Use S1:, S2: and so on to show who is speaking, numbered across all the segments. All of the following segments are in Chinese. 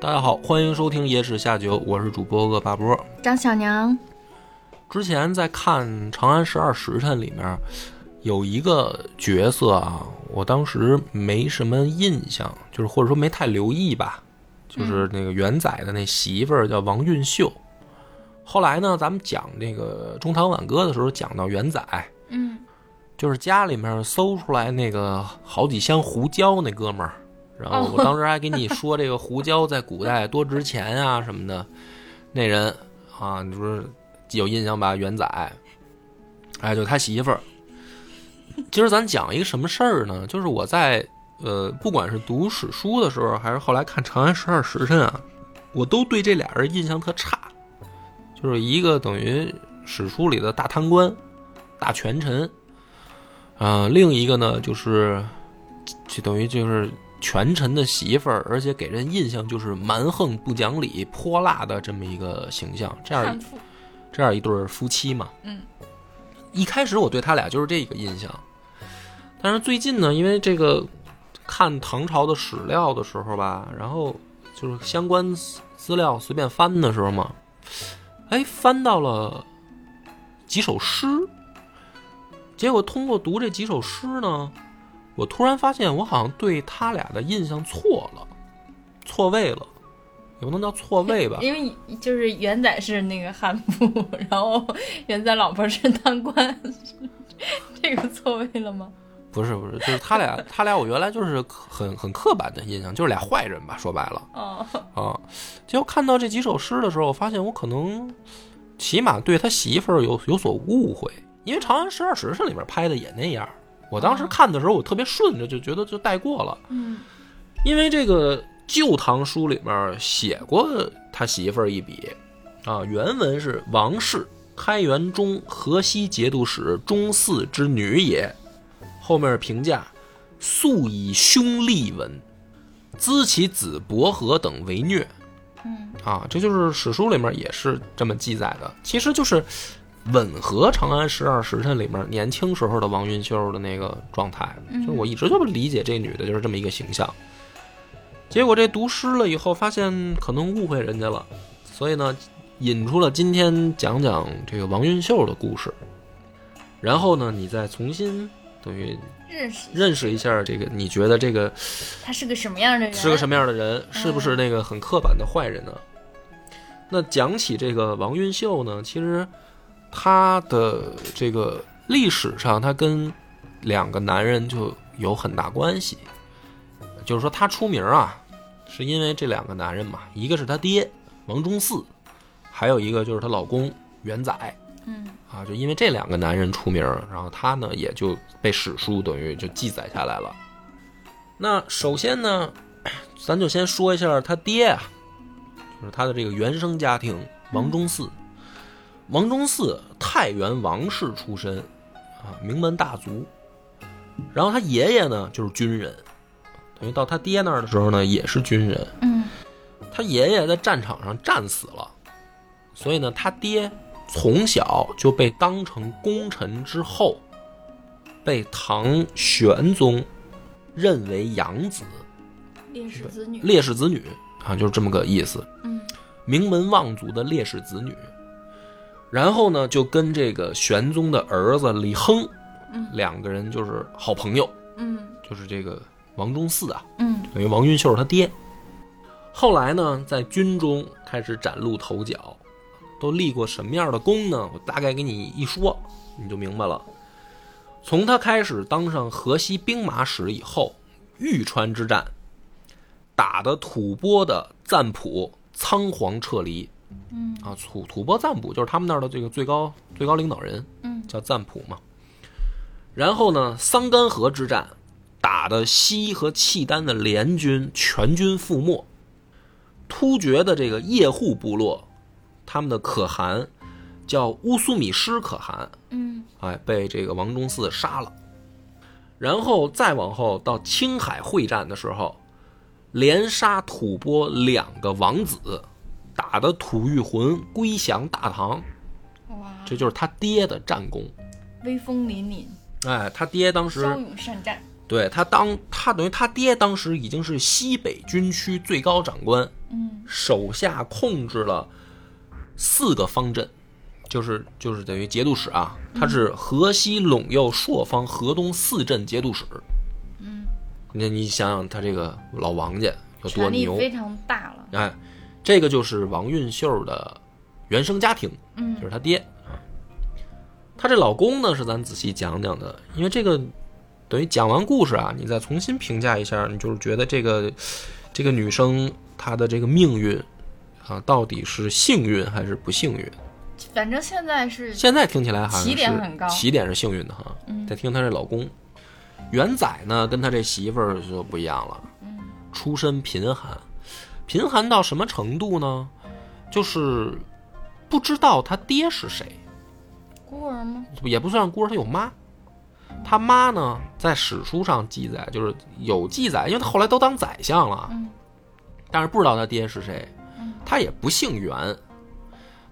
S1: 大家好，欢迎收听《野史下酒》，我是主播恶霸波。
S2: 张小娘，
S1: 之前在看《长安十二时辰》里面有一个角色啊，我当时没什么印象，就是或者说没太留意吧，就是那个元载的那媳妇儿叫王蕴秀。后来呢，咱们讲这个中堂挽歌的时候，讲到元载，
S2: 嗯，
S1: 就是家里面搜出来那个好几箱胡椒那哥们儿，然后 我当时还给你说这个胡椒在古代多值钱啊什么的，那人啊，你说有印象吧？元仔，哎，就他媳妇儿。今儿咱讲一个什么事儿呢？就是我在呃，不管是读史书的时候，还是后来看《长安十二时辰》啊，我都对这俩人印象特差，就是一个等于史书里的大贪官、大权臣，呃，另一个呢就是，就等于就是权臣的媳妇儿，而且给人印象就是蛮横、不讲理、泼辣的这么一个形象。这样
S2: 妇，
S1: 这样一对儿夫妻嘛。
S2: 嗯，
S1: 一开始我对他俩就是这个印象，但是最近呢，因为这个看唐朝的史料的时候吧，然后就是相关资资料随便翻的时候嘛，哎，翻到了几首诗，结果通过读这几首诗呢，我突然发现我好像对他俩的印象错了，错位了，也不能叫错位吧，
S2: 因为就是元仔是那个悍妇， 然后元仔老婆是贪官， 这个错位了吗？
S1: 不是不是， 就是他俩，他俩我原来就是很很刻板的印象，就是俩坏人吧，说白了
S2: 哦，
S1: 啊。结果看到这几首诗的时候，我发现我可能起码对他媳妇儿有有所误会，因为《长安十二时辰》里面拍的也那样。我当时看的时候，我特别顺着就觉得就带过了，
S2: 嗯
S1: 因为这个《旧唐书》里面写过他媳妇儿一笔啊，原文是王氏，开元中河西节度使中嗣之女也。后面评价：素以凶厉闻，资其子伯和等为虐。
S2: 嗯，
S1: 啊，这就是史书里面也是这么记载的，其实就是吻合《长安十二时辰》里面年轻时候的王云秀的那个状态。
S2: 嗯
S1: 就是我一直就理解这女的就是这么一个形象。结果这读诗了以后，发现可能误会人家了，所以呢，引出了今天讲讲这个王云秀的故事。然后呢，你再重新等于
S2: 认识
S1: 认识一下这个，你觉得这个
S2: 他是个什么样的人？
S1: 是个什么样的人？是不是那个很刻板的坏人呢？那讲起这个王蕴秀呢，其实他的这个历史上，他跟两个男人就有很大关系。就是说，他出名啊，是因为这两个男人嘛，一个是他爹王忠嗣，还有一个就是她老公元载
S2: 嗯
S1: 啊。就因为这两个男人出名，然后他呢也就被史书等于就记载下来了。那首先呢，咱就先说一下他爹啊，就是他的这个原生家庭王忠嗣。王忠嗣，太原王氏出身，啊，名门大族。然后他爷爷呢，就是军人，等于到他爹那儿的时候呢，也是军人。
S2: 嗯
S1: 他爷爷在战场上战死了，所以呢，他爹从小就被当成功臣之后，被唐玄宗认为养子、
S2: 嗯烈士子女，
S1: 烈士子女啊，就是这么个意思。
S2: 嗯
S1: 名门望族的烈士子女。然后呢，就跟这个玄宗的儿子李亨，
S2: 嗯
S1: 两个人就是好朋友，
S2: 嗯
S1: 就是这个王忠嗣啊，
S2: 嗯
S1: 等于王蕴秀是他爹。后来呢，在军中开始崭露头角，都立过什么样的功呢？我大概给你一说，你就明白了。从他开始当上河西兵马使以后，玉川之战打的吐蕃的赞普仓皇撤离，
S2: 嗯
S1: 啊，吐吐蕃赞普就是他们那儿的这个最高最高领导人，
S2: 嗯，
S1: 叫赞普嘛。然后呢，桑干河之战打的西和契丹的联军全军覆没，吐突厥的这个叶护部落，他们的可汗叫乌苏米施可汗，
S2: 嗯
S1: 哎，被这个王忠嗣杀了。然后再往后到青海会战的时候，连杀吐蕃两个王子，打得吐谷浑归降大唐，
S2: 哇，
S1: 这就是他爹的战功。
S2: 威风凛凛，
S1: 哎，他爹当时
S2: 骁勇善战，
S1: 对他当他等于他爹当时已经是西北军区最高长官，
S2: 嗯
S1: 手下控制了四个方阵，就是就是等于节度使啊，
S2: 嗯
S1: 他是河西、陇右、朔方、河东四镇节度使。
S2: 嗯，
S1: 那你想想他这个老王家有多
S2: 权力
S1: 牛？
S2: 非常大了，
S1: 哎，这个就是王运秀的原生家庭，
S2: 嗯
S1: 就是他爹啊。他这老公呢，是咱仔细讲讲的，因为这个等于讲完故事啊，你再重新评价一下，你就是觉得这个这个女生她的这个命运啊，到底是幸运还是不幸运？
S2: 反正现在是
S1: 现在听起来好像是
S2: 起点很高
S1: 起点是幸运的哈。
S2: 嗯
S1: 再听她这老公元仔呢，跟他这媳妇儿就不一样了，
S2: 嗯
S1: 出身贫寒，贫寒到什么程度呢？就是不知道他爹是谁，
S2: 孤儿吗？
S1: 也不算孤儿，他有妈。他妈呢，在史书上记载，就是有记载，因为他后来都当宰相了，
S2: 嗯
S1: 但是不知道他爹是谁
S2: 嗯，
S1: 他也不姓袁。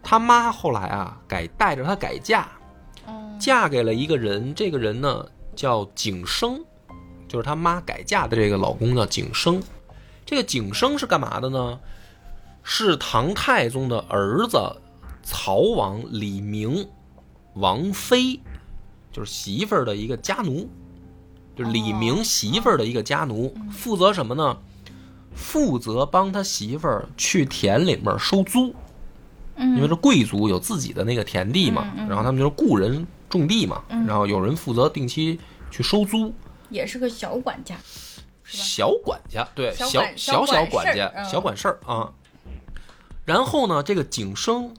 S1: 他妈后来啊，改带着他改嫁，
S2: 嗯
S1: 嫁给了一个人，这个人呢叫景生，就是他妈改嫁的这个老公叫景生。这个景生是干嘛的呢？是唐太宗的儿子曹王李明王妃，就是媳妇儿的一个家奴，就是李明媳妇儿的一个家奴，负责什么呢？负责帮他媳妇儿去田里面收租。因为
S2: 嗯
S1: 这贵族有自己的那个田地嘛，然后他们就是雇人种地嘛，
S2: 嗯
S1: 然后有人负责定期去收租。
S2: 也是个小管家，
S1: 小管家，对，
S2: 小
S1: 小
S2: 管
S1: 小
S2: 小
S1: 小
S2: 管
S1: 管
S2: 事
S1: 家
S2: 儿，嗯
S1: 小管事儿啊。然后呢，这个景生，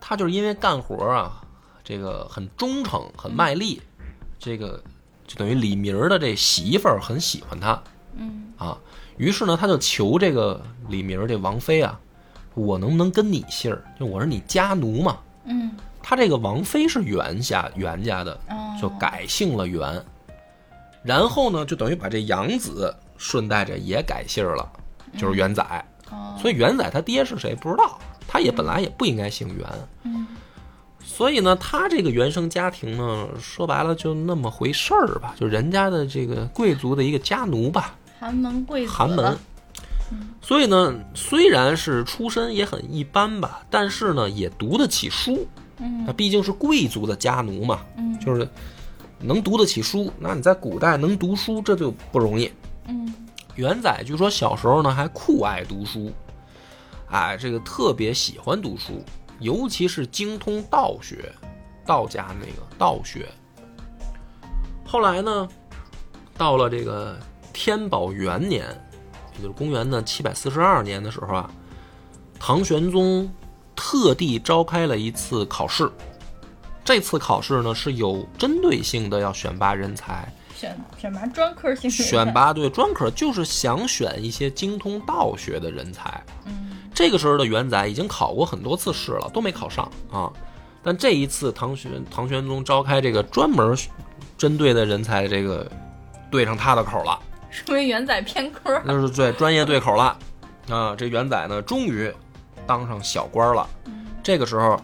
S1: 他就是因为干活啊，这个很忠诚，很
S2: 嗯
S1: 卖力，这个就等于李明儿的这媳妇儿很喜欢他
S2: 嗯
S1: 啊。于是呢，他就求这个李明儿这王妃啊，我能不能跟你姓儿？就我是你家奴嘛。
S2: 嗯
S1: 他这个王妃是袁家袁家的，
S2: 哦，
S1: 就改姓了袁。然后呢，就等于把这养子顺带着也改姓了，就是袁仔。
S2: 嗯哦
S1: 所以袁仔他爹是谁不知道，他也本来也不应该姓袁。
S2: 嗯
S1: 所以呢，他这个原生家庭呢，说白了就那么回事儿吧，就人家的这个贵族的一个家奴吧，
S2: 寒门贵子
S1: 寒门
S2: 了。
S1: 所以呢，虽然是出身也很一般吧，但是呢，也读得起书。
S2: 嗯
S1: 那毕竟是贵族的家奴嘛，
S2: 嗯
S1: 就是能读得起书。那你在古代能读书，这就不容易。
S2: 嗯
S1: 元载据说小时候呢还酷爱读书，哎，这个特别喜欢读书，尤其是精通道学，道家那个道学。后来呢，到了这个天宝元年，也就是公元的七百四十二年的时候啊，唐玄宗特地召开了一次考试。这次考试呢是有针对性的，要选拔人才，
S2: 选选拔专科性人
S1: 选
S2: 才
S1: 拔对专科就是想选一些精通道学的人才。
S2: 嗯
S1: 这个时候的元载已经考过很多次试了，都没考上啊。但这一次唐玄唐玄宗召开这个专门针对的人才，这个对上他的口了，
S2: 说明元仔偏科儿
S1: 那是对专业对口了啊。这元载呢，终于当上小官了。
S2: 嗯
S1: 这个时候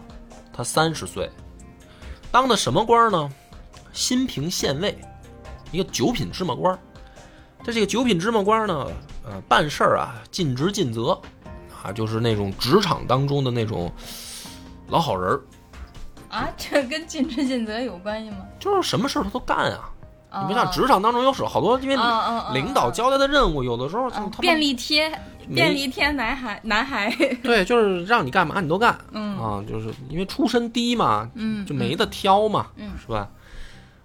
S1: 他三十岁，当的什么官呢？新平县尉，一个九品芝麻官。这这个九品芝麻官呢，呃，办事儿啊尽职尽责，啊，就是那种职场当中的那种老好人儿，
S2: 啊， 这跟尽职尽责有关系吗？
S1: 就是什么事儿他都干啊。
S2: 啊
S1: 你别像职场当中有好多，因为
S2: 啊啊啊
S1: 领导交代的任务，有的时候就
S2: 啊
S1: 他们
S2: 便利贴，
S1: 没
S2: 便利贴男孩男孩，
S1: 对，就是让你干嘛你都干，
S2: 嗯
S1: 啊，就是因为出身低嘛，
S2: 嗯
S1: 就没得挑嘛，
S2: 嗯
S1: 是吧？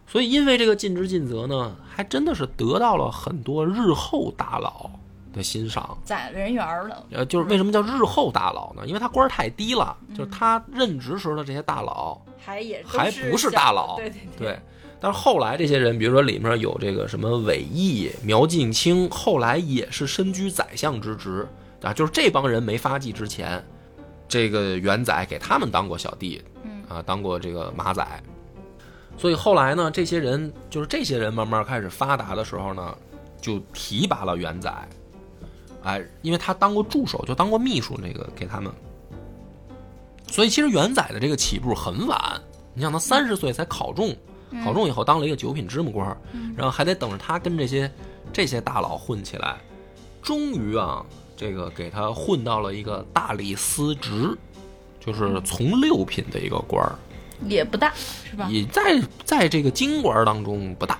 S1: 所以因为这个尽职尽责呢，还真的是得到了很多日后大佬的欣赏。
S2: 攒人缘儿了，
S1: 呃，就是为什么叫日后大佬呢？因为他官儿太低了，
S2: 嗯
S1: 就是他任职时候的这些大佬
S2: 还也都
S1: 还不是
S2: 小
S1: 大佬，
S2: 对对对，
S1: 对。但是后来这些人，比如说里面有这个什么韦义、苗晋卿，后来也是身居宰相之职，啊，就是这帮人没发迹之前，这个元仔给他们当过小弟，
S2: 嗯
S1: 啊，当过这个马仔。所以后来呢，这些人就是这些人慢慢开始发达的时候呢，就提拔了元仔，哎，因为他当过助手，就当过秘书，那个给他们。所以其实元仔的这个起步很晚，你想他三十岁才考中，
S2: 嗯
S1: 考中以后当了一个九品芝麻官儿，然后还得等着他跟这些这些大佬混起来，终于啊，这个给他混到了一个大理司职，就是从六品的一个官儿。
S2: 也不大嗯是吧？
S1: 也在在这个京官儿当中不大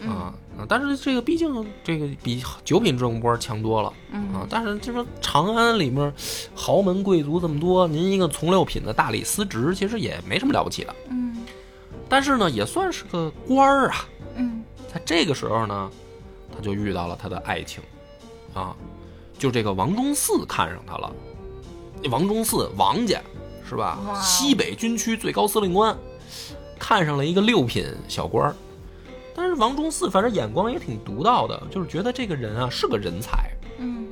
S2: 嗯
S1: 啊、啊但是这个毕竟这个比九品正官儿强多了
S2: 嗯
S1: 啊。但是这说长安里面豪门贵族这么多，您一个从六品的大理司职，其实也没什么了不起的。
S2: 嗯
S1: 但是呢，也算是个官儿啊。
S2: 嗯
S1: 在这个时候呢，他就遇到了他的爱情，啊，就这个王忠嗣看上他了。王忠嗣，王家是吧
S2: 哇？哦
S1: 西北军区最高司令官，看上了一个六品小官儿。但是王忠嗣反正眼光也挺独到的，就是觉得这个人啊是个人才。
S2: 嗯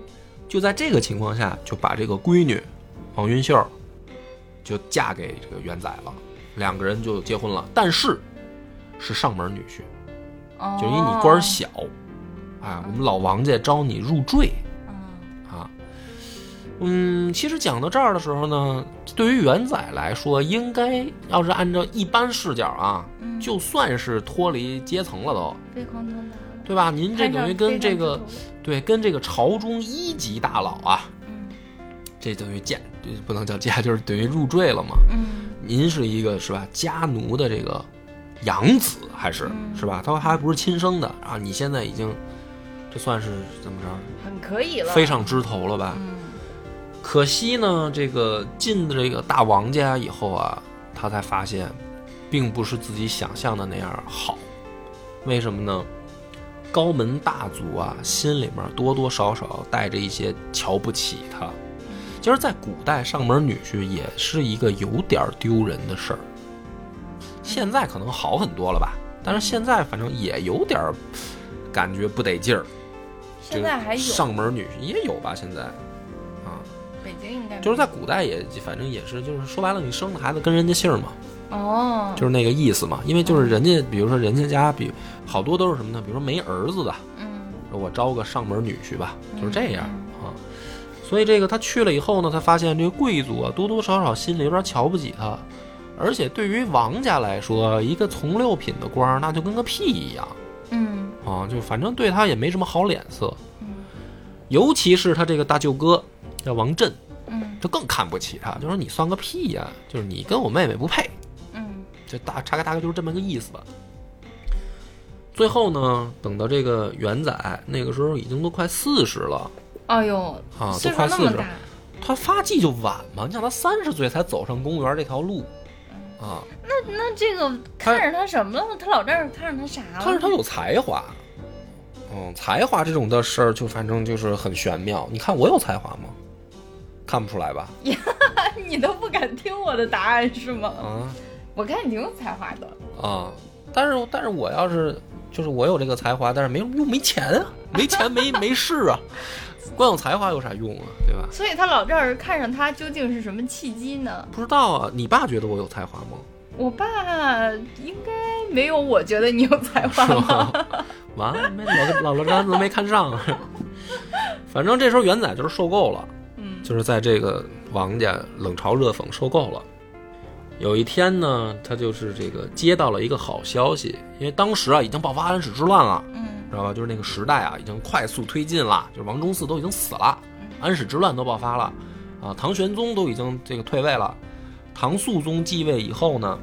S1: 就在这个情况下，就把这个闺女王云秀就嫁给这个元仔了，两个人就结婚了。但是是上门女婿。
S2: 哦，
S1: 就因为你官儿小，啊，我们老王家招你入赘
S2: 嗯，
S1: 啊。嗯，其实讲到这儿的时候呢，对于元仔来说，应该要是按照一般视角啊，
S2: 嗯
S1: 就算是脱离阶层了都，
S2: 飞黄腾达了，
S1: 对吧？您这
S2: 攀
S1: 等于
S2: 上
S1: 跟
S2: 飞
S1: 这
S2: 上
S1: 个
S2: 枝头了
S1: 对跟这个朝中一级大佬啊，
S2: 嗯
S1: 这等于嫁不能叫嫁，就是等于入赘了嘛。
S2: 嗯
S1: 您是一个是吧家奴的这个养子，还是
S2: 嗯
S1: 是吧？他还不是亲生的啊！你现在已经这算是怎么着？
S2: 很可以了，
S1: 飞上枝头了吧？
S2: 嗯
S1: 可惜呢，这个进的这个大王家以后啊，他才发现，并不是自己想象的那样好。为什么呢？高门大族啊，心里面多多少少带着一些瞧不起他。
S2: 嗯
S1: 其实，在古代上门女婿也是一个有点儿丢人的事儿。现在可能好很多了吧，但是现在反正也有点儿感觉不得劲儿。
S2: 现在还有
S1: 上门女婿也有吧？现在啊，
S2: 北京应该
S1: 就是在古代也反正也是，就是说白了，你生的孩子跟人家姓儿嘛，
S2: 哦，
S1: 就是那个意思嘛。因为就是人家，比如说人家家比好多都是什么呢？比如说没儿子的，
S2: 嗯
S1: 我招个上门女婿吧，就是这样
S2: 嗯
S1: 啊。所以这个他去了以后呢，他发现这个贵族啊，多多少少心里边瞧不起他，而且对于王家来说，一个从六品的官儿，那就跟个屁一样
S2: 嗯
S1: 啊，就反正对他也没什么好脸色。
S2: 嗯
S1: 尤其是他这个大舅哥叫王振，
S2: 嗯
S1: 就更看不起他，就说你算个屁呀、就是你跟我妹妹不配，
S2: 嗯
S1: 就大大概大概就是这么个意思吧。最后呢，等到这个元仔那个时候已经都快四十了，
S2: 哎呦
S1: 啊，
S2: 岁
S1: 都快
S2: 数那么
S1: 40
S2: 大，
S1: 他发迹就晚嘛，你想他三十岁才走上公务员这条路，
S2: 嗯
S1: 啊，
S2: 那这个看着他什么了？他老丈人看着他啥了？
S1: 但是他有才华，嗯，才华这种的事儿就反正就是很玄妙。你看我有才华吗？看不出来吧？
S2: 你都不敢听我的答案是吗？
S1: 啊
S2: 我看你挺有才华的，
S1: 啊，但是但是我要是就是我有这个才华，但是没又没钱啊，没钱没没事啊，光有才华有啥用啊，对吧？
S2: 所以他老丈人看上他究竟是什么契机呢？
S1: 不知道啊，你爸觉得我有才华吗？
S2: 我爸应该没有，我觉得你有才华
S1: 是
S2: 吧？
S1: 吗？完没老老罗章都没看上，啊 反正这时候元仔就是受够了，
S2: 嗯
S1: 就是在这个王家冷嘲热讽受够了。有一天呢，他就是这个接到了一个好消息，因为当时啊已经爆发安史之乱了，
S2: 嗯
S1: 知道吧？就是那个时代啊已经快速推进了，就是王忠嗣都已经死了，安史之乱都爆发了，啊，唐玄宗都已经这个退位了，唐肃宗继位以后呢，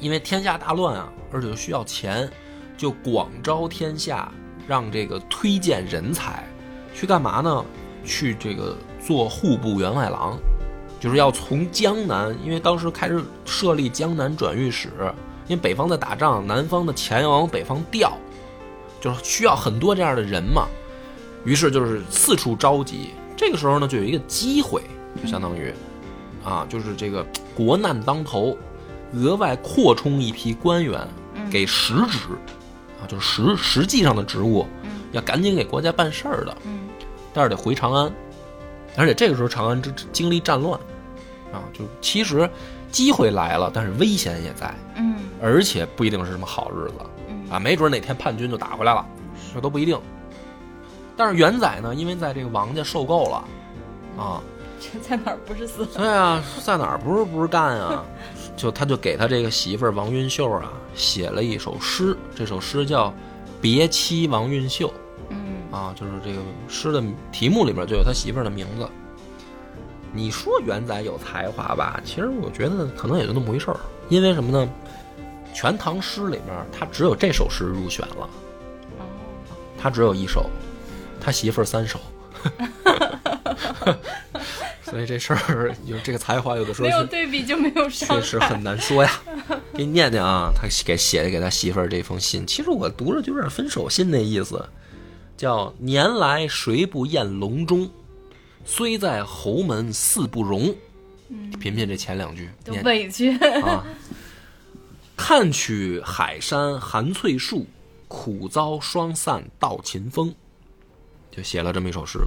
S1: 因为天下大乱啊，而且需要钱，就广招天下，让这个推荐人才，去干嘛呢？去这个做户部员外郎，就是要从江南，因为当时开始设立江南转御使，因为北方在打仗，南方的钱要往北方调，就是需要很多这样的人嘛。于是就是四处召集。这个时候呢，就有一个机会，就相当于，啊，就是这个国难当头，额外扩充一批官员给实职，啊，就是实实际上的职务，要赶紧给国家办事儿的。
S2: 嗯
S1: 但是得回长安。而且这个时候长安正经历战乱，啊，就其实机会来了，但是危险也在，
S2: 嗯
S1: 而且不一定是什么好日子。
S2: 嗯
S1: 啊，没准哪天叛军就打回来了，这都不一定。但是元载呢，因为在这个王家受够了，啊，
S2: 这在哪儿不是死？
S1: 对啊，在哪儿不是不是干啊，就他就给他这个媳妇儿王云秀啊写了一首诗，这首诗叫《别妻王云秀》
S2: 嗯
S1: 啊，就是这个诗的题目里边就有他媳妇儿的名字。你说元载有才华吧，其实我觉得可能也就那么回事儿，因为什么呢？《全唐诗》里面他只有这首诗入选了。
S2: 哦，
S1: 他只有一首，他媳妇儿三首， 所以这事儿有这个才华，有的时候
S2: 没有
S1: 是
S2: 对比就没有伤
S1: 确实
S2: 害。
S1: 很难说呀。给你念念啊，他给写的给他媳妇儿这封信，其实我读着就有点分手信那意思，叫“年来谁不厌笼中，虽在侯门似不容”。品品这前两句，
S2: 都
S1: 念
S2: 委屈，
S1: 啊。看取海山含翠树，苦遭霜散到秦风。就写了这么一首诗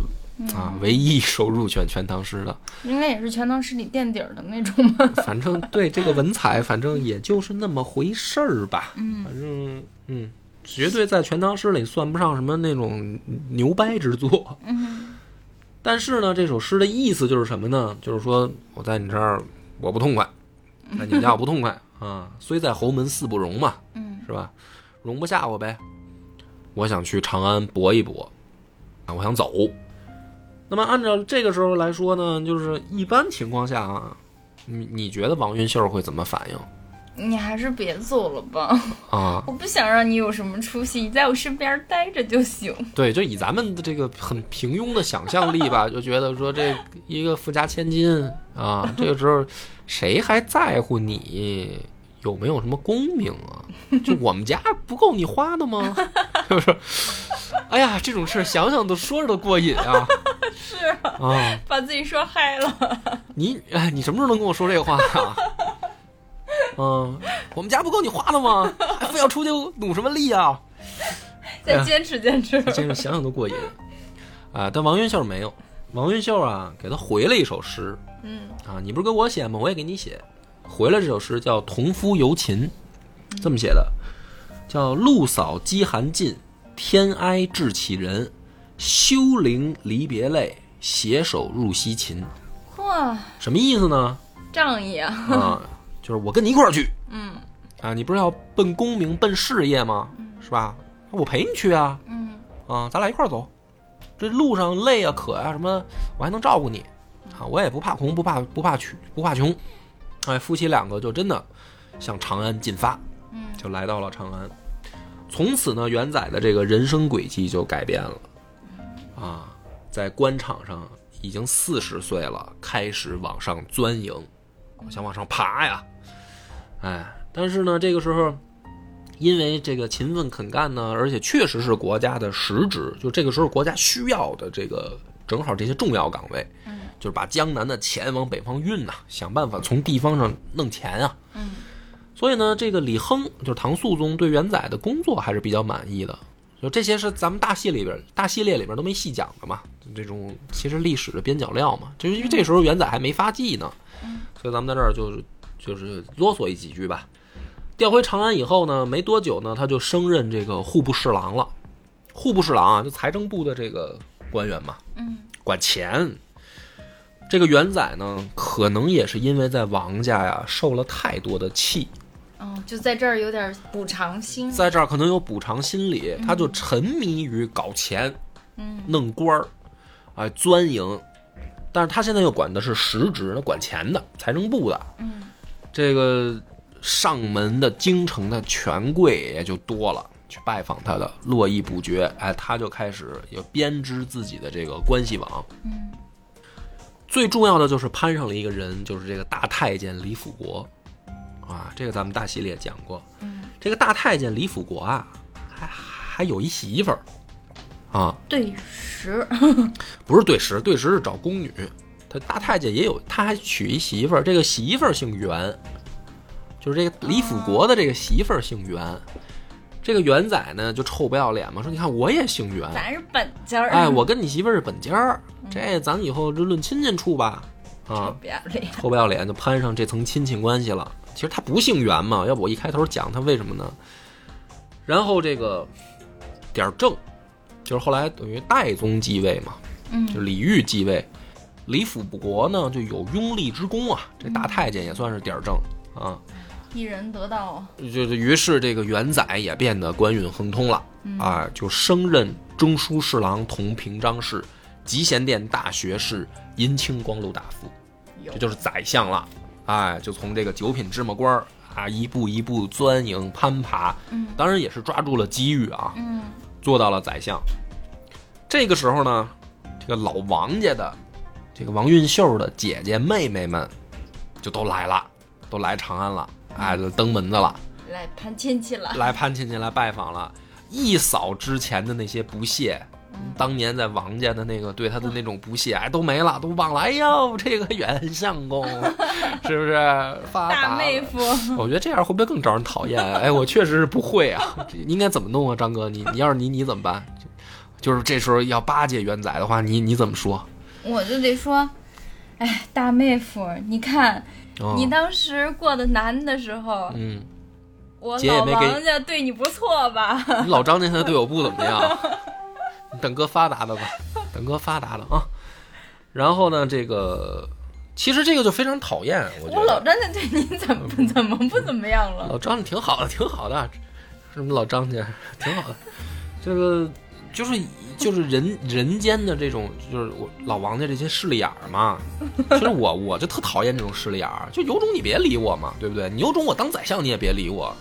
S1: 啊，唯一一首入选《全唐诗》的。
S2: 应该也是全唐诗里垫底儿的那种吧？
S1: 反正对这个文采，反正也就是那么回事儿吧。嗯，反正嗯，绝对在《全唐诗》里算不上什么那种牛掰之作。嗯，但是呢，这首诗的意思就是什么呢？就是说我在你这儿我不痛快，在你们家我不痛 快啊，虽在侯门四不容嘛，
S2: 嗯，
S1: 是吧？容不下我呗。我想去长安搏一搏，啊，我想走。那么按照这个时候来说呢，就是一般情况下啊，你你觉得王云秀会怎么反应
S2: 你还是别走了吧，
S1: 啊？
S2: 我不想让你有什么出息，你在我身边待着就行。
S1: 对，就以咱们的这个很平庸的想象力 吧，就觉得说这一个富家千金啊，这个时候谁还在乎你有没有什么功名啊？就我们家不够你花的 吗？是不是？哎呀，这种事儿想想都说着都过瘾啊！
S2: 是啊，
S1: 啊，
S2: 把自己说嗨了。
S1: 你哎，你什么时候能跟我说这话 啊？嗯，我们家不够你花的吗？还非要出去努什么力啊？
S2: 再
S1: 嗯
S2: 坚持 坚持。
S1: 真是想想都过瘾。啊，但王云秀没有，王云秀啊，给他回了一首诗
S2: 嗯
S1: 啊，你不是给我写吗？我也给你写，回了这首诗叫《同夫游秦》，这么写的，叫“露扫饥寒尽，天哀至其人，休陵离别泪，携手入西秦”。
S2: 哇，
S1: 什么意思呢？
S2: 仗义啊！
S1: 啊，就是我跟你一块儿去
S2: 嗯
S1: 啊，你不是要奔功名、奔事业吗？是吧？我陪你去啊，
S2: 嗯
S1: 啊，咱俩一块儿走。这路上累啊、渴啊什么的，我还能照顾你
S2: 嗯
S1: 啊，我也不怕红，不怕不怕穷，不怕穷。哎，夫妻两个就真的向长安进发，
S2: 嗯
S1: 就来到了长安。从此呢，元载的这个人生轨迹就改变了，
S2: 嗯
S1: 啊，在官场上已经四十岁了，开始往上钻营，想往上爬呀，哎，但是呢，这个时候因为这个勤奋肯干呢，而且确实是国家的实职，就这个时候国家需要的这个正好这些重要岗位，
S2: 嗯
S1: 就是把江南的钱往北方运呐、想办法从地方上弄钱啊，
S2: 嗯
S1: 所以呢，这个李亨就是唐肃宗对元载的工作还是比较满意的。就这些是咱们大系里边、大系列里边都没细讲的嘛，这种其实历史的边角料嘛，就是因为这时候元载还没发迹呢，所以咱们在这儿就是就是啰嗦一几句吧。调回长安以后呢，没多久呢，他就升任这个户部侍郎了。户部侍郎啊，就财政部的这个官员嘛，
S2: 嗯
S1: 管钱。这个元载呢，可能也是因为在王家呀受了太多的气，
S2: 嗯，就在这儿有点补偿心。
S1: 在这儿可能有补偿心理，他就沉迷于搞钱、
S2: 嗯
S1: 弄官儿，哎，钻营。但是他现在又管的是实职的，管钱的，财政部的，
S2: 嗯
S1: 这个上门的京城的权贵也就多了，去拜访他的络绎不绝。哎，他就开始也编织自己的这个关系网。
S2: 嗯
S1: 最重要的就是攀上了一个人，就是这个大太监李辅国，啊，这个咱们大系列讲过。
S2: 嗯，
S1: 这个大太监李辅国啊，还还有一媳妇儿，啊，
S2: 对时。
S1: 不是对食，对食是找宫女。他大太监也有，他还娶一媳妇儿，这个媳妇儿姓袁，就是这个李辅国的这个媳妇儿姓袁。这个元仔呢就臭不要脸嘛，说你看我也姓袁，
S2: 咱是本家儿，
S1: 哎，我跟你媳妇儿是本家儿，这咱以后就论亲戚处吧，
S2: 臭
S1: 啊，
S2: 不要脸，
S1: 臭不要脸就攀上这层亲戚关系了。其实他不姓袁嘛，要不我一开头讲他为什么呢？然后这个点儿正，就是后来等于代宗继位嘛，就
S2: 嗯
S1: 李煜继位，李辅国呢就有拥立之功啊，这大太监也算是点儿正啊。
S2: 一人得道，
S1: 就就于是这个元载也变得官运亨通了
S2: 嗯
S1: 啊，就升任中书侍郎、同平章事、集贤殿大学士、银青光禄大夫，
S2: 有
S1: 这就是宰相了。哎，就从这个九品芝麻官儿啊，一步一步钻营攀爬，
S2: 嗯
S1: 当然也是抓住了机遇啊，
S2: 嗯
S1: 做到了宰相。这个时候呢，这个老王家的这个王云秀的姐姐妹妹们就都来了，都来长安了，哎，
S2: 嗯
S1: 就登门子了。
S2: 来攀亲戚了，
S1: 来潘亲戚来拜访了，一扫之前的那些不屑，
S2: 嗯
S1: 当年在王家的那个对他的那种不屑，哎，都没了，都忘了。哎呦，这个袁相 公是不是发达
S2: 大
S1: 了
S2: 妹夫，
S1: 我觉得这样会不会更招人讨厌？哎，我确实是不会啊，这应该怎么弄啊，张哥？你你要是你你怎么办？就是这时候要巴结元仔的话，你你怎么说？
S2: 我就得说，哎，大妹夫，你看
S1: 嗯、
S2: 你当时过得难的时候，
S1: 嗯，
S2: 我
S1: 姐也
S2: 老
S1: 没给
S2: 王家对你不错吧？
S1: 你 老张那天的队友部怎么样？你等哥发达的吧，等哥发达的啊。然后呢，这个其实这个就非常讨厌，我觉
S2: 我老
S1: 得嗯
S2: 张家对你怎么怎么不怎么样了？
S1: 老张挺好的，挺好的，什么老张家挺好的，这个就是就是人人间的这种就是我老王家这些势利眼儿嘛。其实我我就特讨厌这种势利眼儿，就有种你别理我嘛，对不对？你有种我当宰相你也别理我，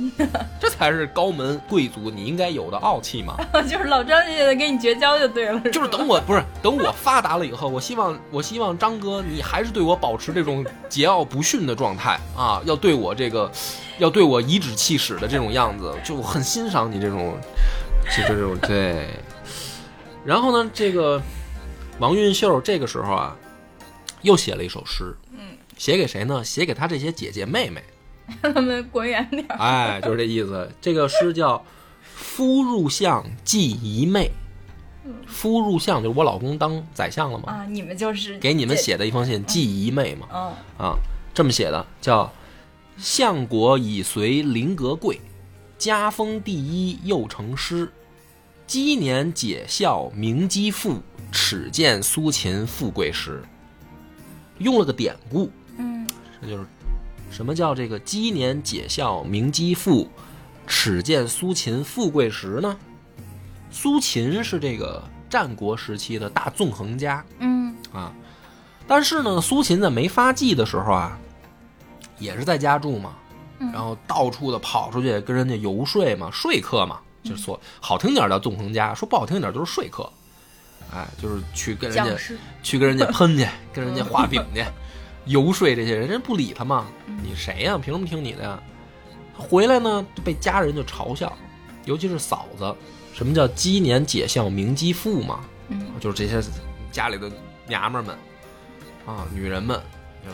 S1: 这才是高门贵族你应该有的傲气嘛。
S2: 就是老张家得跟你绝交就对 了，
S1: 就是
S2: 吧
S1: 等我不是等我发达了以后，我希望我希望张哥你还是对我保持这种桀骜不驯的状态啊，要对我这个，要对我颐指气使的这种样子，就我很欣赏你这种，就这种对。然后呢，这个王云秀这个时候啊，又写了一首诗，
S2: 嗯，
S1: 写给谁呢？写给他这些姐姐妹妹。
S2: 他们滚远点儿。
S1: 哎，就是这意思。这个诗叫“夫入相即一妹”，夫入相就是我老公当宰相了嘛，
S2: 啊，你们就是
S1: 给你们
S2: 这，
S1: 写的一封信，寄一妹嘛，
S2: 嗯，
S1: 啊，这么写的叫“相国以随麟阁贵，家风第一又成诗。鸡年解笑鸣鸡赋，齿见苏秦富贵时。”用了个典故，
S2: 嗯，
S1: 这就是什么叫这个鸡年解笑鸣鸡赋，齿见苏秦富贵时呢？苏秦是这个战国时期的大纵横家
S2: 嗯，
S1: 啊，但是呢，苏秦在没发迹的时候啊，也是在家住嘛，然后到处的跑出去跟人家游说嘛，说客嘛，就是说好听点儿叫纵横家，说不好听点儿就是说客，哎，就是去跟人家
S2: 讲师，
S1: 去跟人家喷去， 跟人家画饼去，游说这些人，人家不理他嘛。
S2: 嗯
S1: 你谁呀、凭什么听你的呀？回来呢，就被家人就嘲笑，尤其是嫂子。什么叫鸡年解笑鸣鸡父嘛？
S2: 嗯，
S1: 就是这些家里的娘们儿们啊，女人们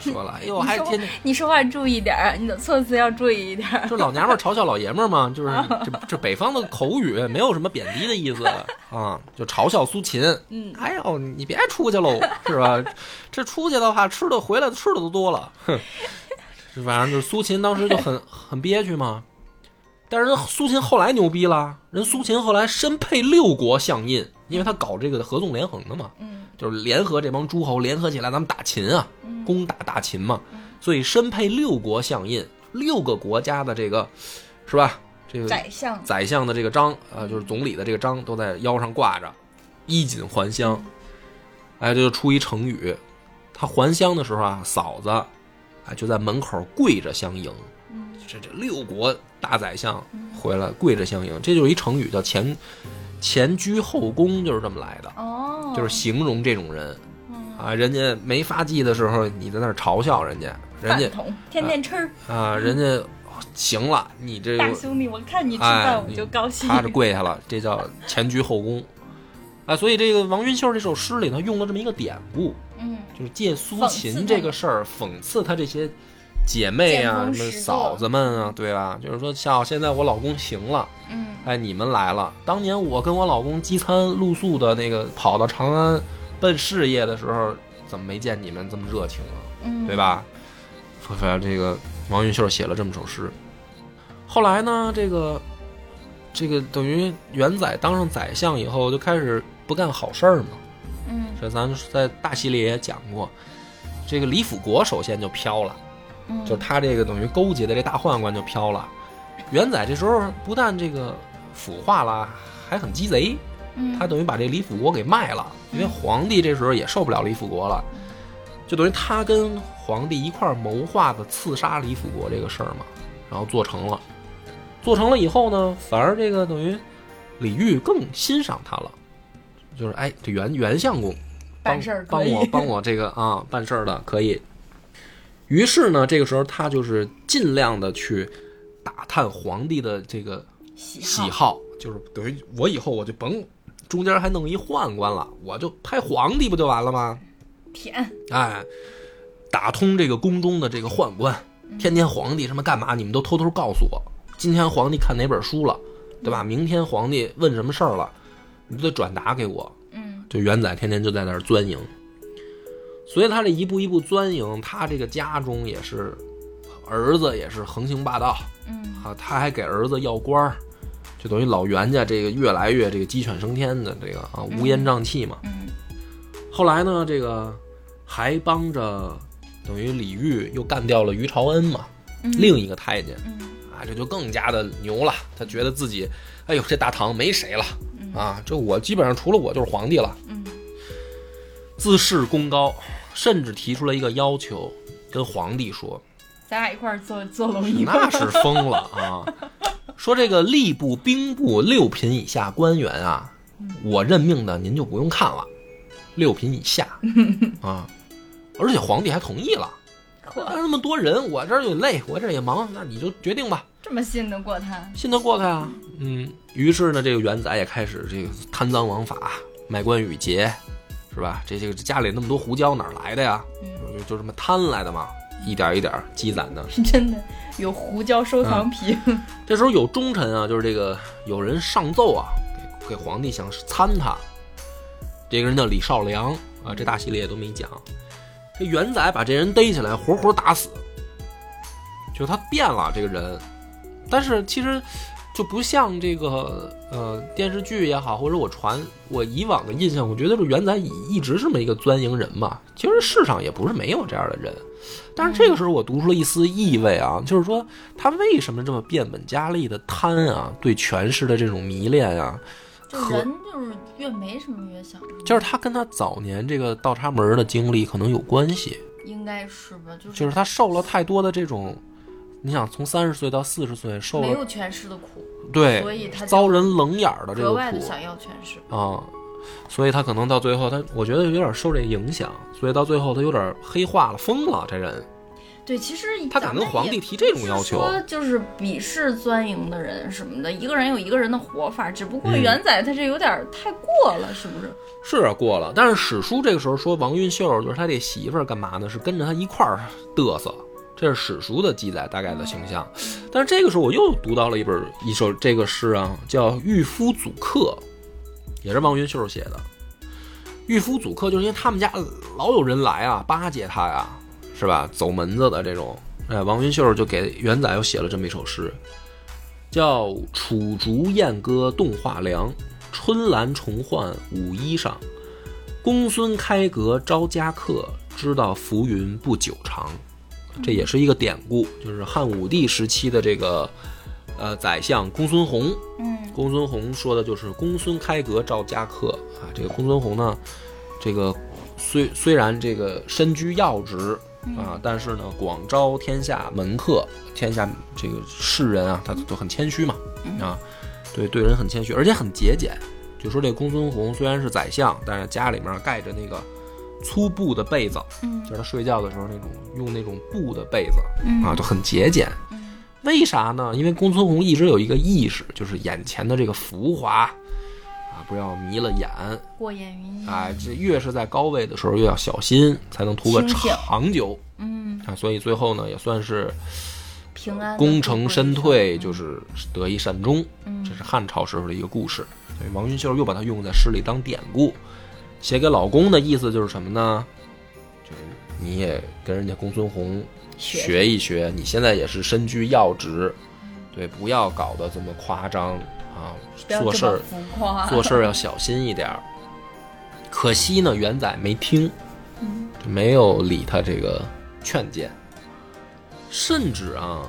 S1: 就说了：“ 哎呦，
S2: 你
S1: 还
S2: 说
S1: 天天
S2: 你说话注意点儿，你的措辞要注意一点儿。
S1: 就老娘们儿嘲笑老爷们儿嘛，就是这这北方的口语没有什么贬低的意思啊，就嘲笑苏秦。
S2: 嗯，
S1: 哎呦，你别出去喽，是吧？这出去的话，吃的回来吃的都多了。哼，这反正就是苏秦当时就很很憋屈嘛。但是人苏秦后来牛逼了，人苏秦后来身配六国相印，因为他搞这个合纵连横的嘛，
S2: 嗯，
S1: 就是联合这帮诸侯联合起来，咱们打秦啊，攻打大秦嘛，所以身配六国相印，六个国家的这个是吧？这个
S2: 宰相，
S1: 宰相的这个章啊、就是总理的这个章都在腰上挂着，衣锦还乡。哎，这就出一成语，他还乡的时候啊，嫂子啊就在门口跪着相迎。这这六国大宰相回来跪着相迎，这就是一成语叫前前居后恭，就是这么来的，
S2: 哦，
S1: 就是形容这种人
S2: 嗯
S1: 啊，人家没发迹的时候，你在那儿嘲笑人家，人
S2: 饭
S1: 家
S2: 桶，天天吃儿，
S1: 啊，人家哦行了，你这
S2: 大兄弟，我看你吃
S1: 哎
S2: 饭我
S1: 你
S2: 就高兴。
S1: 趴着跪下了，这叫前居后恭。啊，所以这个王云秀这首诗里头用了这么一个典故，
S2: 嗯
S1: 就是借苏秦这个事儿讽刺他这些姐妹啊，
S2: 见风
S1: 什么
S2: 使舵
S1: 嫂子们啊，对吧？就是说，像现在我老公行了，
S2: 嗯
S1: 哎，你们来了。当年我跟我老公饥餐露宿的那个，跑到长安奔事业的时候，怎么没见你们这么热情啊？
S2: 嗯，
S1: 对？吧？说出来这个王云秀写了这么首诗。后来呢，这个这个等于元载当上宰相以后，就开始不干好事儿嘛。
S2: 嗯
S1: 这咱在大系列也讲过，这个李辅国首先就飘了，
S2: 嗯，
S1: 就是他这个等于勾结的这大宦官就飘了。元载这时候不但这个腐化了，还很鸡贼，
S2: 嗯
S1: 他等于把这李辅国给卖了，因为皇帝这时候也受不了李辅国了，就等于他跟皇帝一块儿谋划的刺杀李辅国这个事儿嘛，然后做成了，做成了以后呢，反而这个等于李煜更欣赏他了，就是哎，这袁袁相公帮
S2: 办事儿可
S1: 帮
S2: 以
S1: 我帮我这个啊办事儿的可以。于是呢，这个时候他就是尽量的去打探皇帝的这个
S2: 喜
S1: 喜
S2: 好，
S1: 好，就是等于我以后我就甭中间还弄一宦官了，我就拍皇帝不就完了吗？
S2: 舔，
S1: 哎，打通这个宫中的这个宦官，天天皇帝什么干嘛，你们都偷偷告诉我。今天皇帝看哪本书了，对吧？明天皇帝问什么事儿了，你都得转达给我。
S2: 嗯
S1: 就元载天天就在那儿钻营，随着他这一步一步钻营，他这个家中也是儿子也是横行霸道，
S2: 嗯
S1: 啊，他还给儿子要官儿，就等于老袁家这个越来越这个鸡犬升天的这个啊乌烟瘴气嘛。
S2: 嗯
S1: 后来呢，这个还帮着等于李煜又干掉了于朝恩嘛，
S2: 嗯，
S1: 另一个太监
S2: 嗯
S1: 啊，这就更加的牛了。他觉得自己，哎呦，这大唐没谁了啊，这我基本上除了我就是皇帝了，
S2: 嗯
S1: 自恃功高，甚至提出了一个要求，跟皇帝说，
S2: 咱俩一块儿坐坐龙椅吧，
S1: 那是疯了啊！说这个吏部、兵部六品以下官员啊，我任命的您就不用看了，六品以下啊，而且皇帝还同意了。那
S2: 可
S1: 那么多人，我这儿也累，我这儿也忙，那你就决定吧，
S2: 这么信得过他，
S1: 信得过他呀。嗯，于是呢，这个元载也开始这个贪赃枉法、卖官鬻节，是吧？这这个家里那么多胡椒哪儿来的呀？
S2: 嗯，
S1: 就就这么贪来的嘛，一点一点积攒的。
S2: 真的有胡椒收
S1: 嗯
S2: 藏 癖，
S1: 这时候有忠臣啊，就是这个有人上奏啊，给给皇帝想参他。这个人叫李少良啊，这大系列都没讲。这元载把这人逮起来，活活打死。就他变了这个人，但是其实就不像这个呃电视剧也好，或者我传我以往的印象，我觉得这元载一一直这么一个钻营人嘛。其实世上也不是没有这样的人，但是这个时候我读出了一丝意味啊，就是说他为什么这么变本加厉的贪啊，对权势的这种迷恋啊，
S2: 就人就是越没什么越想，
S1: 就是他跟他早年这个倒插门儿的经历可能有关系，
S2: 应该是吧，就是
S1: 就是他受了太多的这种，你想从三十岁到四十岁受
S2: 没
S1: 了
S2: 有权势的苦，所
S1: 对
S2: 以他就
S1: 遭人冷眼儿的这
S2: 格
S1: 个
S2: 外的
S1: 苦
S2: 想要权势，
S1: 啊，所以他可能到最后他我觉得有点受这影响，所以到最后他有点黑化了，疯了这人，
S2: 对，其实
S1: 他敢
S2: 咱们
S1: 跟皇
S2: 也
S1: 帝提这种要求
S2: 不，是说就是鄙视钻营的人什么的，一个人有一个人的活法，只不过
S1: 嗯
S2: 元仔他这有点儿太过了，是不是？
S1: 是啊过了。但是史书这个时候说王云秀就是他这媳妇儿干嘛呢？是跟着他一块儿啊嘚瑟，这是史书的记载大概的形象。但是这个时候我又读到了一本一首这个诗啊，叫《御夫祖客》，也是王云秀写的。御夫祖客就是因为他们家老有人来啊，巴结他呀，是吧？走门子的这种。哎，王云秀就给元载又写了这么一首诗，叫《楚竹燕歌动画梁，春兰重换舞衣裳。公孙开阁招家客，知道浮云不久长。这也是一个典故，就是汉武帝时期的这个呃宰相公孙弘。
S2: 嗯
S1: 公孙弘说的就是公孙开阁召家客啊。这个公孙弘呢，这个虽虽然这个身居要职啊，但是呢，广招天下门客，天下这个士人啊，他都很谦虚嘛啊，对对人很谦虚，而且很节俭。就说这个公孙弘虽然是宰相，但是家里面盖着那个粗布的被子，
S2: 嗯
S1: 就是他睡觉的时候那种用那种布的被子
S2: 嗯
S1: 啊，就很节俭。
S2: 嗯
S1: 为啥呢？因为公孙弘一直有一个意识，就是眼前的这个浮华啊，不要迷了眼。哎
S2: 过眼云烟，
S1: 哎，这越是在高位的时候，越要小心，才能图个
S2: 清醒
S1: 长久。
S2: 嗯
S1: 啊，所以最后呢也算是
S2: 平安地
S1: 功成身退，就
S2: 度过一
S1: 是得以善终。
S2: 嗯
S1: 这是汉朝时候的一个故事。所以王云秀又把它用在诗里当典故，写给老公的意思就是什么呢？就是你也跟人家公孙弘
S2: 学
S1: 学一学，你现在也是身居要职，对，不要搞得这么夸张啊，
S2: 不要
S1: 做
S2: 这
S1: 事
S2: 么
S1: 儿
S2: 浮夸，
S1: 做事儿要小心一点儿。可惜呢，元载没听，
S2: 嗯
S1: 就没有理他这个劝谏，甚至啊，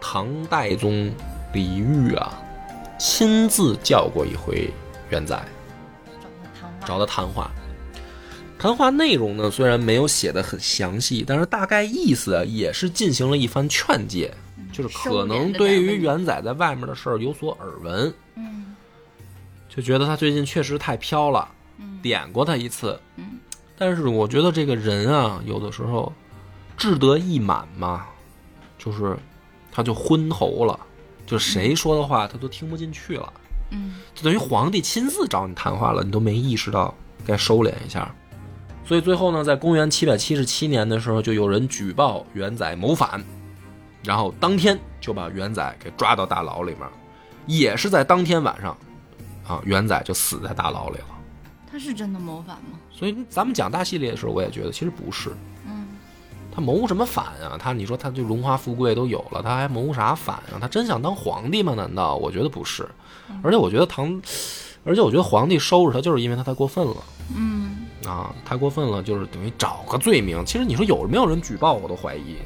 S1: 唐代宗李煜啊，亲自叫过一回元载，
S2: 找他
S1: 找他
S2: 谈话
S1: 谈话。谈话内容呢，虽然没有写的很详细，但是大概意思啊也是进行了一番劝诫，就是可能对于元载在外面的事儿有所耳闻，
S2: 嗯
S1: 就觉得他最近确实太飘了，
S2: 嗯
S1: 点过他一次，
S2: 嗯
S1: 但是我觉得这个人啊，有的时候志得意满嘛，就是他就昏头了，就谁说的话他都听不进去了，
S2: 嗯
S1: 就等于皇帝亲自找你谈话了，你都没意识到该收敛一下。所以最后呢，在公元七百七十七年的时候，就有人举报元载谋反，然后当天就把元载给抓到大牢里面，也是在当天晚上，啊，元载就死在大牢里了。
S2: 他是真的谋反吗？
S1: 所以咱们讲大系列的时候，我也觉得其实不是，
S2: 嗯
S1: 他谋什么反啊？他你说他就荣华富贵都有了，他还谋啥反啊？他真想当皇帝吗？难道？我觉得不是，而且我觉得唐，而且我觉得皇帝收拾他就是因为他太过分了
S2: 嗯
S1: 啊，太过分了，就是等于找个罪名。其实你说有没有人举报，我都怀疑，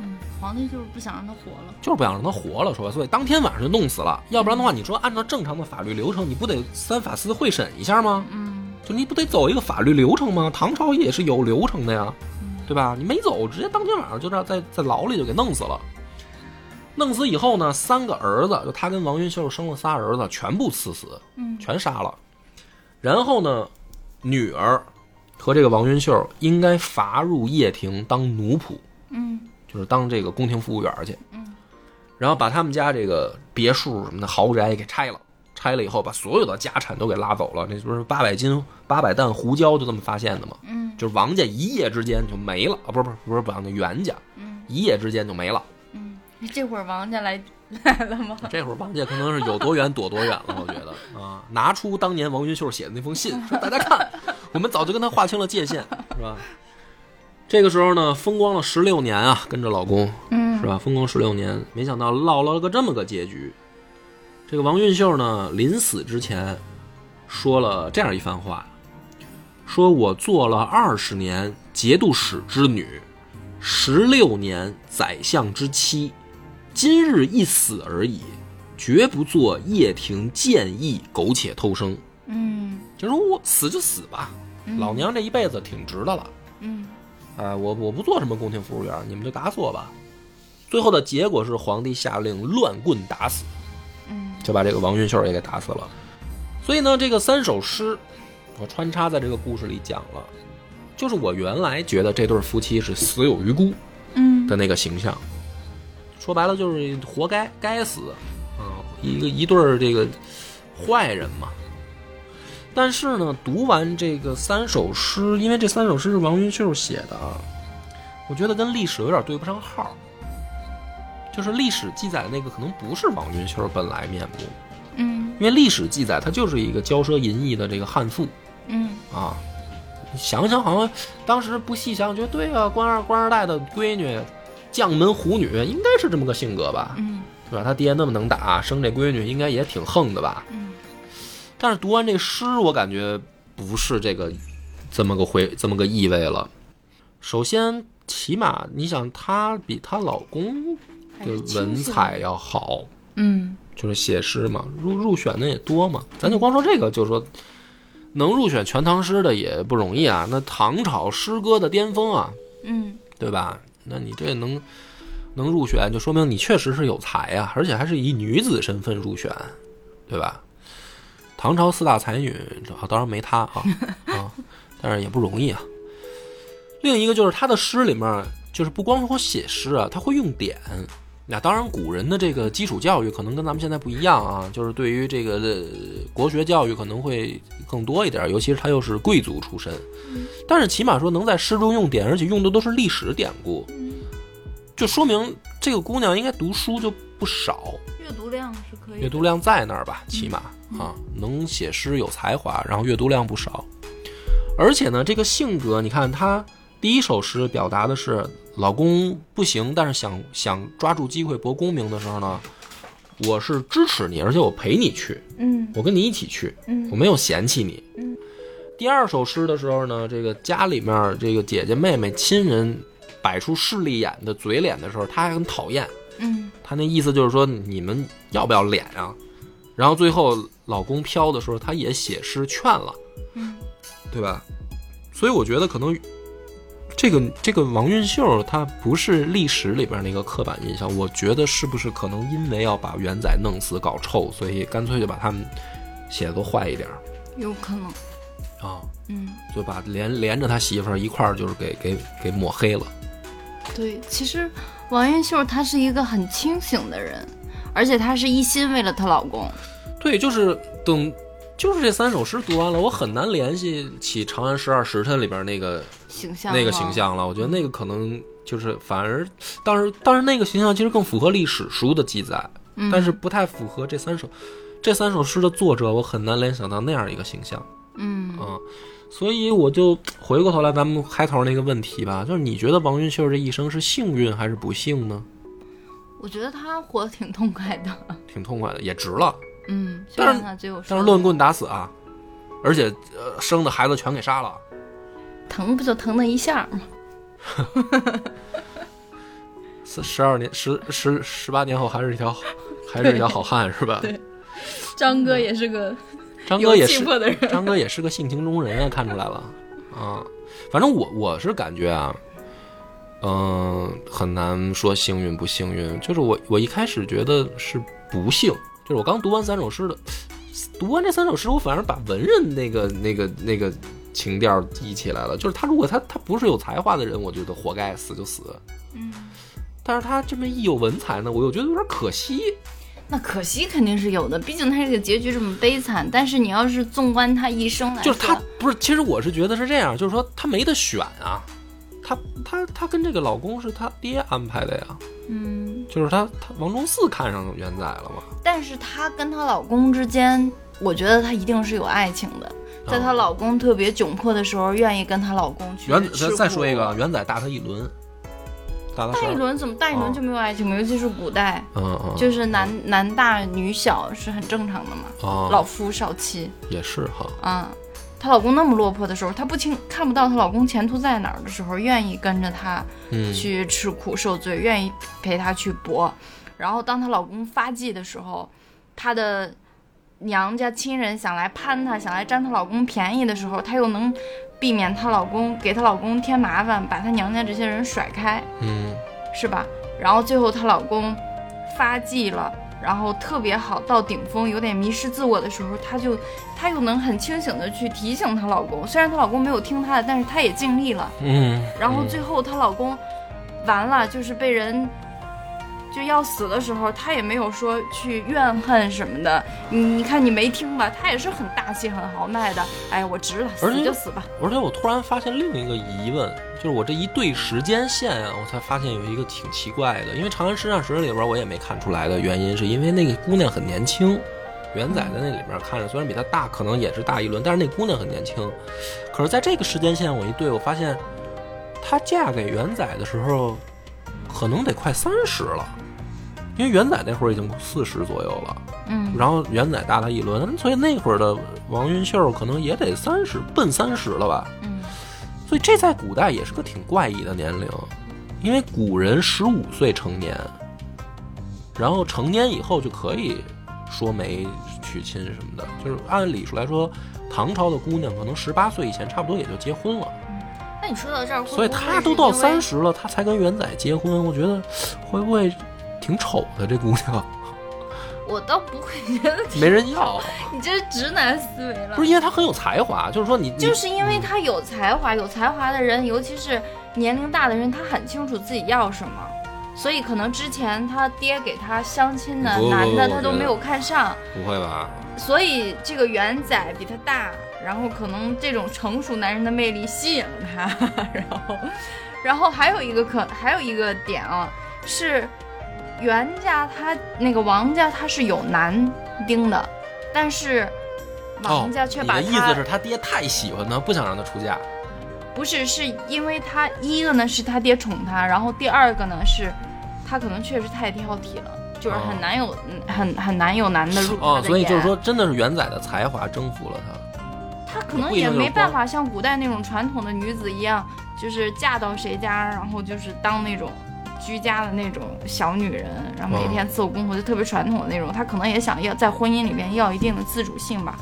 S2: 嗯，皇帝就是不想让他活了，
S1: 就是不想让他活了，说白，所以当天晚上就弄死了。要不然的话，你说按照正常的法律流程，你不得三法司会审一下吗？
S2: 嗯
S1: 就你不得走一个法律流程吗？唐朝也是有流程的呀，
S2: 嗯
S1: 对吧？你没走，直接当天晚上就这样在在牢里就给弄死了。弄死以后呢，三个儿子，就他跟王云秀生了仨儿子，全部赐死，
S2: 嗯
S1: 全杀了。然后呢，女儿和这个王云秀应该罚入掖庭当奴仆，
S2: 嗯
S1: 就是当这个宫廷服务员去。
S2: 嗯，
S1: 然后把他们家这个别墅什么的豪宅给拆了，拆了以后把所有的家产都给拉走了，那不是八百斤八百担胡椒就这么发现的吗？
S2: 嗯
S1: 就是王家一夜之间就没了啊，不是不是不是王家袁家
S2: 嗯
S1: 一夜之间就没了。
S2: 嗯，这会儿王家来来了吗？
S1: 这会儿王家可能是有多远躲多远了，我觉得啊，拿出当年王云秀写的那封信，说大家看，我们早就跟他划清了界限，是吧？这个时候呢，风光了十六年啊，跟着老公
S2: 嗯
S1: 是吧？风光十六年，没想到落了个这么个结局。这个王云秀呢，临死之前说了这样一番话，说我做了二十年节度使之女，十六年宰相之妻，今日一死而已，绝不做掖庭谏议，苟且偷生。
S2: 嗯
S1: 就说我死就死吧，老娘这一辈子挺值的了。
S2: 嗯
S1: 啊，我我不做什么宫廷服务员，你们就打死我吧。最后的结果是皇帝下令乱棍打死，
S2: 嗯
S1: 就把这个王云秀也给打死了。所以呢，这个三首诗，我穿插在这个故事里讲了，就是我原来觉得这对夫妻是死有余辜
S2: 嗯
S1: 的那个形象，说白了就是活该，该死，啊，一个一对儿这个坏人嘛。但是呢，读完这个三首诗，因为这三首诗是王云秀写的啊，我觉得跟历史有点对不上号儿。就是历史记载的那个可能不是王云秀本来面目，
S2: 嗯
S1: 因为历史记载他就是一个骄奢淫逸的这个悍妇
S2: 嗯
S1: 啊。你想想，好像当时不细想，觉得对啊，官二官二代的闺女，将门虎女应该是这么个性格吧，
S2: 嗯
S1: 对吧？他爹那么能打，生这闺女应该也挺横的吧？
S2: 嗯
S1: 但是读完这诗，我感觉不是这个这么个回这么个意味了。首先，起码你想，她比她老公
S2: 还
S1: 的
S2: 是清
S1: 文
S2: 醒
S1: 采要好，
S2: 嗯
S1: 就是写诗嘛，入入选的也多嘛。咱就光说这个，就是说能入选全唐诗的也不容易啊。那唐朝诗歌的巅峰啊，
S2: 嗯
S1: 对吧？那你这能能入选，就说明你确实是有才呀、而且还是以女子身份入选，对吧？唐朝四大才女啊，当然没她啊啊， 但是也不容易啊。另一个就是她的诗里面，就是不光是我写诗啊，她会用典。那当然，古人的这个基础教育可能跟咱们现在不一样啊，就是对于这个呃国学教育可能会更多一点，尤其是他又是贵族出身，但是起码说能在诗中用典，而且用的都是历史典故，
S2: 嗯
S1: 就说明这个姑娘应该读书就不少，
S2: 阅读量是可以的，
S1: 阅读量在那儿吧，起码啊，能写诗有才华，然后阅读量不少，而且呢，这个性格，你看他第一首诗表达的是老公不行，但是想想抓住机会博功名的时候呢，我是支持你，而且我陪你去，
S2: 嗯
S1: 我跟你一起去，
S2: 嗯
S1: 我没有嫌弃你
S2: 嗯。
S1: 第二首诗的时候呢，这个家里面这个姐姐妹妹亲人摆出势利眼的嘴脸的时候，他还很讨厌。
S2: 嗯
S1: 他那意思就是说你们要不要脸啊？然后最后老公飘的时候，他也写诗劝了，
S2: 嗯，
S1: 对吧？所以我觉得可能这个这个王云秀她不是历史里边那个刻板印象，我觉得是不是可能因为要把元仔弄死搞臭，所以干脆就把他们写的都坏一点儿
S2: 有可能，
S1: 啊，
S2: 嗯。
S1: 就把连连着他媳妇儿一块儿就是给给给抹黑了。
S2: 对，其实王云秀她是一个很清醒的人，而且她是一心为了她老公。
S1: 对，就是等，就是这三首诗读完了，我很难联系起《长安十二时辰》里边那个
S2: 形象
S1: 那个
S2: 吗
S1: 形，象了。我觉得那个可能就是反而，当时当时那个形象其实更符合历史书的记载，
S2: 嗯、
S1: 但是不太符合这三首这三首诗的作者，我很难联想到那样一个形象
S2: 嗯
S1: 啊。所以我就回过头来，咱们开头那个问题吧，就是你觉得王云秀这一生是幸运还是不幸呢？
S2: 我觉得她活得挺痛快的。
S1: 挺痛快的，也值了。
S2: 嗯，
S1: 但是
S2: 虽然她只有
S1: 但是
S2: 说
S1: 乱棍打死啊，而且呃生的孩子全给杀了。
S2: 疼不就疼那一下吗？
S1: 四十二年十十十八年后还是一条还是一条好汉是吧？
S2: 对张哥也是个
S1: 嗯张哥也
S2: 气
S1: 是
S2: 魄的人。
S1: 张哥也是个性情中人啊，看出来了啊。反正我我是感觉啊，嗯、很难说幸运不幸运。就是我我一开始觉得是不幸，就是我刚读完三首诗的，读完这三首诗，我反而把文人那个那个那个情调提起来了。就是他如果他他不是有才华的人，我觉得活该死就死。
S2: 嗯，
S1: 但是他这么一有文采呢，我又觉得有点可惜。
S2: 那可惜肯定是有的，毕竟她这个结局这么悲惨。但是你要是纵观她一生来
S1: 就
S2: 说，
S1: 是他不是，其实我是觉得是这样，就是说他没得选啊，他他他跟这个老公是他爹安排的呀，
S2: 嗯，
S1: 就是他他王忠嗣看上元载了嘛，
S2: 但是她跟她老公之间，我觉得她一定是有爱情的。在
S1: 哦
S2: 她老公特别窘迫的时候，愿意跟她老公去
S1: 元
S2: 吃
S1: 再
S2: 苦
S1: 再说一个，，啊元载大他一轮，大他十
S2: 大
S1: 二
S2: 一轮怎么大一
S1: 哦
S2: 轮就没有爱情吗？尤其是古代，
S1: 嗯嗯，
S2: 就是男男大女小是很正常的嘛，
S1: 啊
S2: 老夫少妻
S1: 也是哈，
S2: 啊。她老公那么落魄的时候，她不清看不到她老公前途在哪儿的时候，愿意跟着他
S1: 嗯
S2: 去吃苦受罪，愿意陪他去搏。然后当她老公发迹的时候，她的娘家亲人想来攀她，想来占她老公便宜的时候，她又能避免她老公给她老公添麻烦，把她娘家这些人甩开，
S1: 嗯
S2: 是吧？然后最后她老公发迹了。然后特别好到顶峰，有点迷失自我的时候，她就她又能很清醒的去提醒她老公，虽然她老公没有听她的，但是她也尽力了。
S1: 嗯，
S2: 然后最后她老公完了，就是被人就要死的时候，她也没有说去怨恨什么的。你你看你没听吧？她也是很大气、很豪迈的。哎，我值了，
S1: 而且
S2: 死就死吧。
S1: 而且我突然发现另一个疑问，就是我这一对时间线啊，我才发现有一个挺奇怪的，因为《长安十二时辰》里边我也没看出来的原因，是因为那个姑娘很年轻，元仔在那里边看着虽然比她大，可能也是大一轮，但是那姑娘很年轻。可是在这个时间线我一对，我发现她嫁给元仔的时候，可能得快三十了，因为元仔那会儿已经四十左右了。
S2: 嗯
S1: 然后元仔大他一轮，所以那会儿的王云秀可能也得三十，奔三十了吧。
S2: 嗯
S1: 所以这在古代也是个挺怪异的年龄，因为古人十五岁成年，然后成年以后就可以说媒娶亲什么的，就是按理说来说，唐朝的姑娘可能十八岁以前差不多也就结婚了，
S2: 嗯那你说到这儿，
S1: 所以她都到三
S2: 十，
S1: 十了，她才跟元仔结婚，我觉得会不会挺丑的这姑 娘，
S2: 我倒不会觉得
S1: 没人要，
S2: 你这是直男思维了
S1: 不是因为她很有才华，就是说你你
S2: 就是因为他有才华，有才华的人，尤其是年龄大的人，他很清楚自己要什么。所以可能之前她爹给她相亲的
S1: 不不
S2: 男的，
S1: 不
S2: 她都
S1: 我觉得
S2: 没有看上，
S1: 不会吧？
S2: 所以这个元仔比她大，然后可能这种成熟男人的魅力吸引了她， 然后，然后还有一个可还有一个点啊，是袁家他那个王家他是有男丁的，但是王家却
S1: 哦你
S2: 把
S1: 的
S2: 他、
S1: 意思是他爹太喜欢他，不想让他出嫁。
S2: 不是，是因为他一个呢是他爹宠他，然后第二个呢是，他可能确实太挑剔了，就是
S1: 哦
S2: 很难有、嗯很很难有男的入他的
S1: 哦，所以就是
S2: 眼
S1: 说，真的是元仔的才华征服了他。
S2: 他可能
S1: 不一定
S2: 也
S1: 就是
S2: 没办
S1: 光
S2: 法像古代那种传统的女子一样，就是嫁到谁家，然后就是当那种居家的那种小女人，然后每
S1: 嗯
S2: 天伺候公婆，就特别传统的那种。他可能也想要在婚姻里边要一定的自主性吧。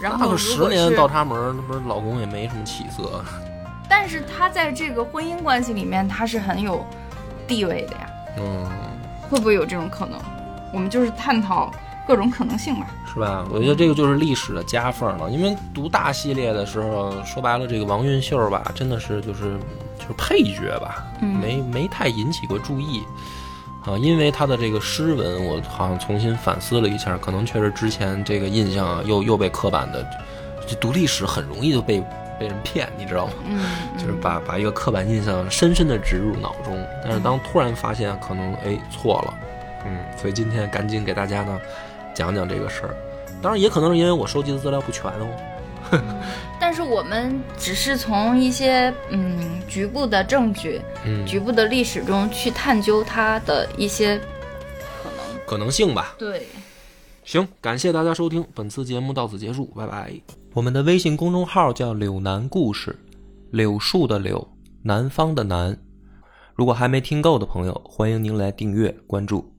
S2: 然
S1: 那
S2: 后
S1: 个
S2: 如
S1: 十
S2: 果
S1: 年
S2: 是，
S1: 倒插门儿，那不是老公也没什么起色。
S2: 但是他在这个婚姻关系里面，他是很有地位的呀。
S1: 嗯，
S2: 会不会有这种可能？我们就是探讨各种可能性吧。
S1: 是吧？我觉得这个就是历史的夹缝了。因为读大系列的时候，说白了，这个王云秀吧，真的是就是就是配角吧，
S2: 嗯
S1: 没没太引起过注意啊。因为他的这个诗文，我好像重新反思了一下，可能确实之前这个印象啊又又被刻板的，就读历史很容易就被被人骗，你知道吗？
S2: 嗯，
S1: 就是把把一个刻板印象深深的植入脑中，但是当突然发现可能哎错了，嗯，所以今天赶紧给大家呢讲讲这个事儿。当然也可能是因为我收集的资料不全哦，
S2: 但是我们只是从一些嗯局部的证据、
S1: 嗯，
S2: 局部的历史中去探究它的一些可能。
S1: 可能性吧。
S2: 对，
S1: 行，感谢大家收听，本次节目到此结束，拜拜。我们的微信公众号叫“柳南故事”，柳树的柳，南方的南。如果还没听够的朋友，欢迎您来订阅关注。